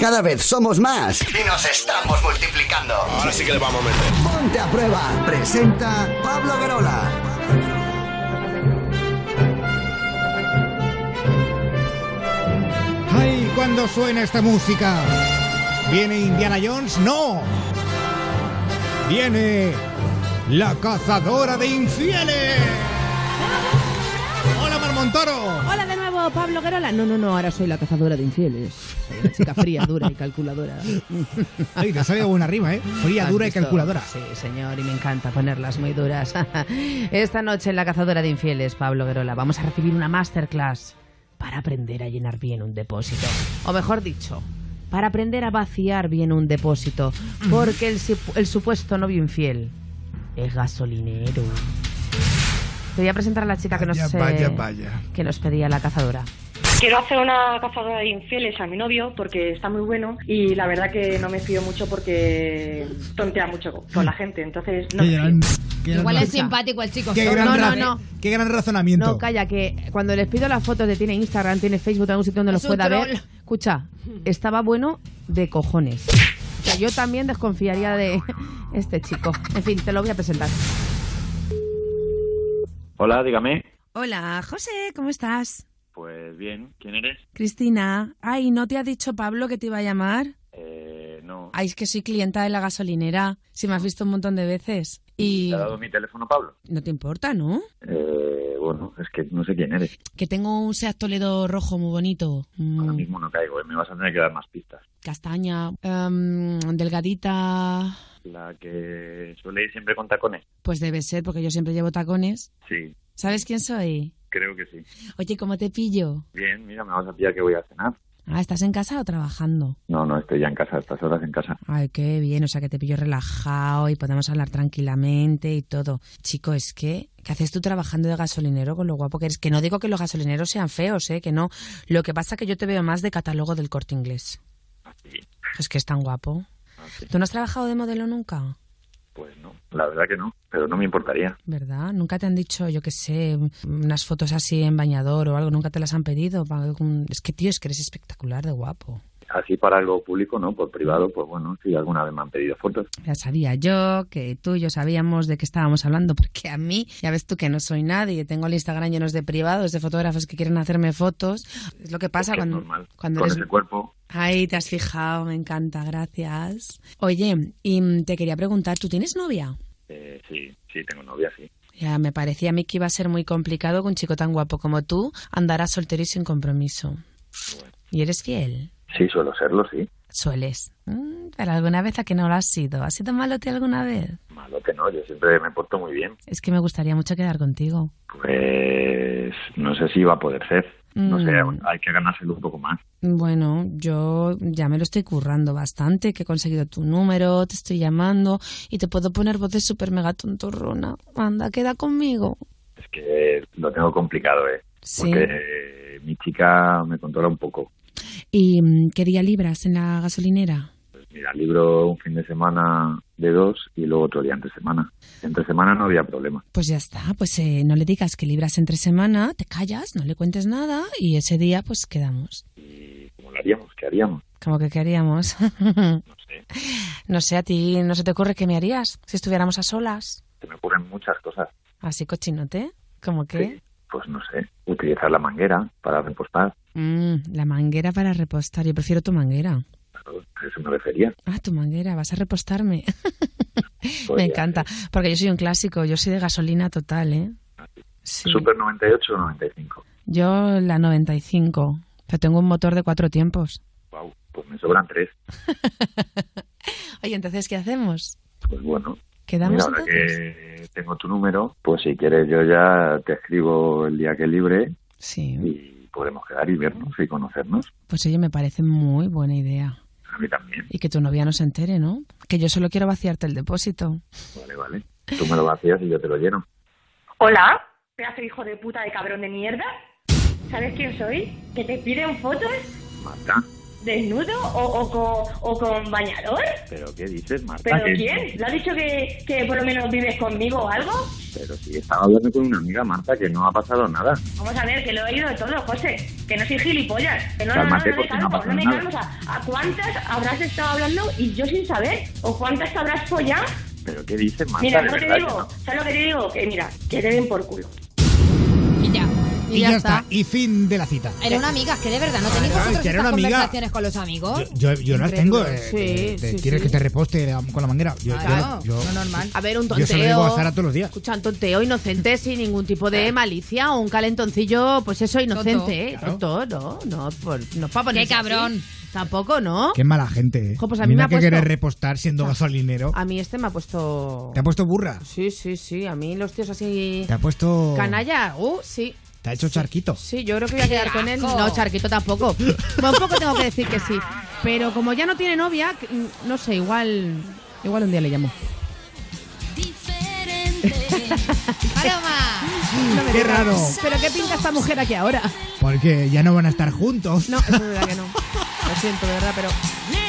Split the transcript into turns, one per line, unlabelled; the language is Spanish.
cada vez somos más.
Y nos estamos multiplicando.
Ahora sí que le vamos a meter.
Ponte a prueba. Presenta Pablo Guerola.
¡Ay, cuando suena esta música! ¿Viene Indiana Jones? ¡No! ¡Viene la cazadora de infieles! ¡Hola, Marmontoro!
Hola de nuevo, Pablo Guerola. No, no, no, ahora soy la cazadora de infieles. Soy una chica fría, dura y calculadora.
Ay, te sale buena rima, ¿eh? Fría,
¿Has
dura y
visto?
calculadora.
Sí, señor, y me encanta ponerlas muy duras. Esta noche en la cazadora de infieles, Pablo Guerola, vamos a recibir una masterclass para aprender a llenar bien un depósito. O mejor dicho, para aprender a vaciar bien un depósito. Porque el, sup- el supuesto novio infiel es gasolinero. Te voy a presentar a la chica que
Vaya,
nos, eh,
vaya, vaya.
que nos pedía la cazadora.
Quiero hacer una cazadora de infieles a mi novio porque está muy bueno y la verdad que no me fío mucho porque tontea mucho co- con la gente. Entonces, no.
Qué
me
gran-
fío.
qué gran
Igual es
raza-
simpático el chico.
qué
solo.
gran
No, no,
raza-
no.
Qué gran razonamiento.
No, calla, que cuando les pido las fotos de tiene Instagram, tiene Facebook, algún sitio donde los
Es un
pueda
troll.
ver. Escucha, estaba bueno de cojones. O sea, yo también desconfiaría de este chico. En fin, te lo voy a presentar.
Hola, dígame.
Hola, José, ¿cómo estás?
Pues bien, ¿quién eres?
Cristina. Ay, ¿no te ha dicho Pablo que te iba a llamar?
Eh, no.
Ay, es que soy clienta de la gasolinera. Si me has visto un montón de veces. Y
¿Te ha dado mi teléfono, Pablo?
no te importa, ¿no?
Eh, bueno, es que no sé quién eres.
Que tengo un Seat Toledo rojo muy bonito. Mm,
Ahora mismo no caigo, eh, me vas a tener que dar más pistas.
castaña, em, delgadita.
La que suele ir siempre con tacones.
Pues debe ser, porque yo siempre llevo tacones.
Sí,
¿Sabes quién soy?
creo que sí.
Oye, ¿cómo te pillo?
Bien, mira, me vas a pillar que voy a cenar.
Ah, ¿estás en casa o trabajando?
No, no, estoy ya en casa, a estas horas en casa.
Ay, qué bien, o sea que te pillo relajado y podemos hablar tranquilamente y todo. Chico, es que, ¿qué haces tú trabajando de gasolinero con lo guapo que eres? Que no digo que los gasolineros sean feos, ¿eh? Que no. Lo que pasa que yo te veo más de catálogo del corte inglés.
Sí,
Es que es tan guapo.
así.
¿Tú no has trabajado de modelo nunca?
Pues no, la verdad que no, pero no me importaría.
¿Verdad? ¿Nunca te han dicho, yo qué sé, unas fotos así en bañador o algo? ¿Nunca te las han pedido? Pa- algún- Es que, tío, es que eres espectacular de guapo.
Así para algo público, no, por privado, pues bueno, sí, alguna vez me han pedido fotos.
Ya sabía yo que tú y yo sabíamos de qué estábamos hablando, porque a mí, ya ves tú que no soy nadie, tengo el Instagram lleno de privados, de fotógrafos que quieren hacerme fotos. Es lo que pasa
que es
cuando,
normal.
cuando
Con
eres...
ese cuerpo,
Ay, te has fijado, me encanta, gracias. Oye, y mm, te quería preguntar, ¿tú tienes novia?
eh, sí, sí, tengo novia, sí.
Ya, me parecía a mí que iba a ser muy complicado que un chico tan guapo como tú andara soltero y sin compromiso. ¿Y eres fiel?
Sí, suelo serlo, sí.
Sueles. Mm, pero alguna vez a que no lo has sido. ¿Has sido malote alguna vez?
Malo que no, yo siempre me porto muy bien.
Es que me gustaría mucho quedar contigo.
Pues no sé si va a poder ser. No sé,
Mm.
hay que ganárselo un poco más.
Bueno, yo ya me lo estoy currando bastante, que he conseguido tu número, te estoy llamando y te puedo poner voz de super mega tontorrona. Anda, queda conmigo.
Es que lo tengo complicado, ¿eh?
Sí.
Porque eh, mi chica me controla un poco.
¿Y mm, qué día libras en la gasolinera?
Pues mira, libro un fin de semana de dos y luego otro día entre semana. Entre semana no había problema.
Pues ya está, pues eh, no le digas que libras entre semana, te callas, no le cuentes nada y ese día pues quedamos.
¿Y cómo lo haríamos? ¿Qué haríamos?
Como que queríamos.
No sé.
no sé, a ti no se te ocurre qué me harías si estuviéramos a solas.
Se me ocurren muchas cosas.
Así cochinote, como que...
Sí. Pues no sé, utilizar la manguera para repostar.
Mm, la manguera para repostar, yo prefiero tu manguera.
Claro, a eso me refería.
Ah, tu manguera, vas a repostarme. Me
Podría
encanta, porque yo soy un clásico, yo soy de gasolina total, ¿eh? Sí.
Super 98 o 95.
Yo la 95, pero tengo un motor de cuatro tiempos.
Wow, pues me sobran tres.
Oye, entonces, ¿qué hacemos?
Pues bueno, Mira,
¿Quedamos
ahora
entonces?
que tengo tu número, pues si quieres yo ya te escribo el día que libre
Sí,
y podemos quedar y vernos y conocernos.
pues oye, me parece muy buena idea.
A mí también,
Y que tu novia no se entere, ¿no? Que yo solo quiero vaciarte el depósito.
vale, vale. Tú me lo vacías y yo te lo lleno.
Hola, pedazo de hijo de puta de cabrón de mierda. ¿Sabes quién soy? ¿Que te piden fotos?
Marta,
desnudo o, o con, o con bañador?
¿Pero qué dices, Marta?
¿Pero
¿Qué-
quién? ¿Le has dicho que, que por lo menos vives conmigo o algo?
Pero sí, estaba hablando con una amiga, Marta, que no ha pasado nada.
Vamos a ver, que lo he oído de todo, José. Que no soy gilipollas. Que no, no,
Cálmate,
no, no, me
porque no
calmo,
pasa
no me
nada.
calmo. O sea, ¿a cuántas habrás estado hablando y yo sin saber? ¿O cuántas te habrás follado?
¿Pero qué dices, Marta?
Mira,
De
no te
verdad que
digo,
no.
¿sabes lo que te digo? Que mira, que te den por culo.
Y ya.
Y, ya, está. Y fin de la cita.
Eran amigas, que de verdad, ¿no tenéis
Ay,
vosotros
que era una
estas
amiga.
conversaciones con los amigos?
Yo, yo- yo no las tengo. eh,
Sí,
de- de-
sí,
¿Quieres
sí.
que te reposte la- con la manguera? Yo, yo-
Claro,
yo-
no normal.
A ver, un
Yo
tonteo.
se lo digo a Sara todos los días.
Escucha, un tonteo inocente sin ningún tipo de malicia o un calentoncillo, pues eso,
Eh. Tonto.
inocente, ¿eh?
Claro.
Tonto, no, no, por- no es pa' ponerse
Qué cabrón.
así. Tampoco, ¿no?
Qué mala gente. eh.
Jo, pues a mí
Mira
me ha
que
puesto-
querés repostar siendo gasolinero.
A mí este me ha puesto.
Te ha puesto burra.
Sí, sí, sí. A mí los tíos así.
Te ha puesto.
Canalla, uh, sí.
Te ha hecho charquito.
Sí, yo creo que voy a quedar con él.
asco!
No, Charquito tampoco. Bueno, un poco tengo que decir que sí. Pero como ya no tiene novia, que- mm, no sé, igual. Igual un día le llamo.
Paloma.
Qué raro.
Pero qué pinta esta mujer aquí ahora.
Porque ya no van a estar juntos.
No, es verdad que no. Lo siento, de verdad, pero.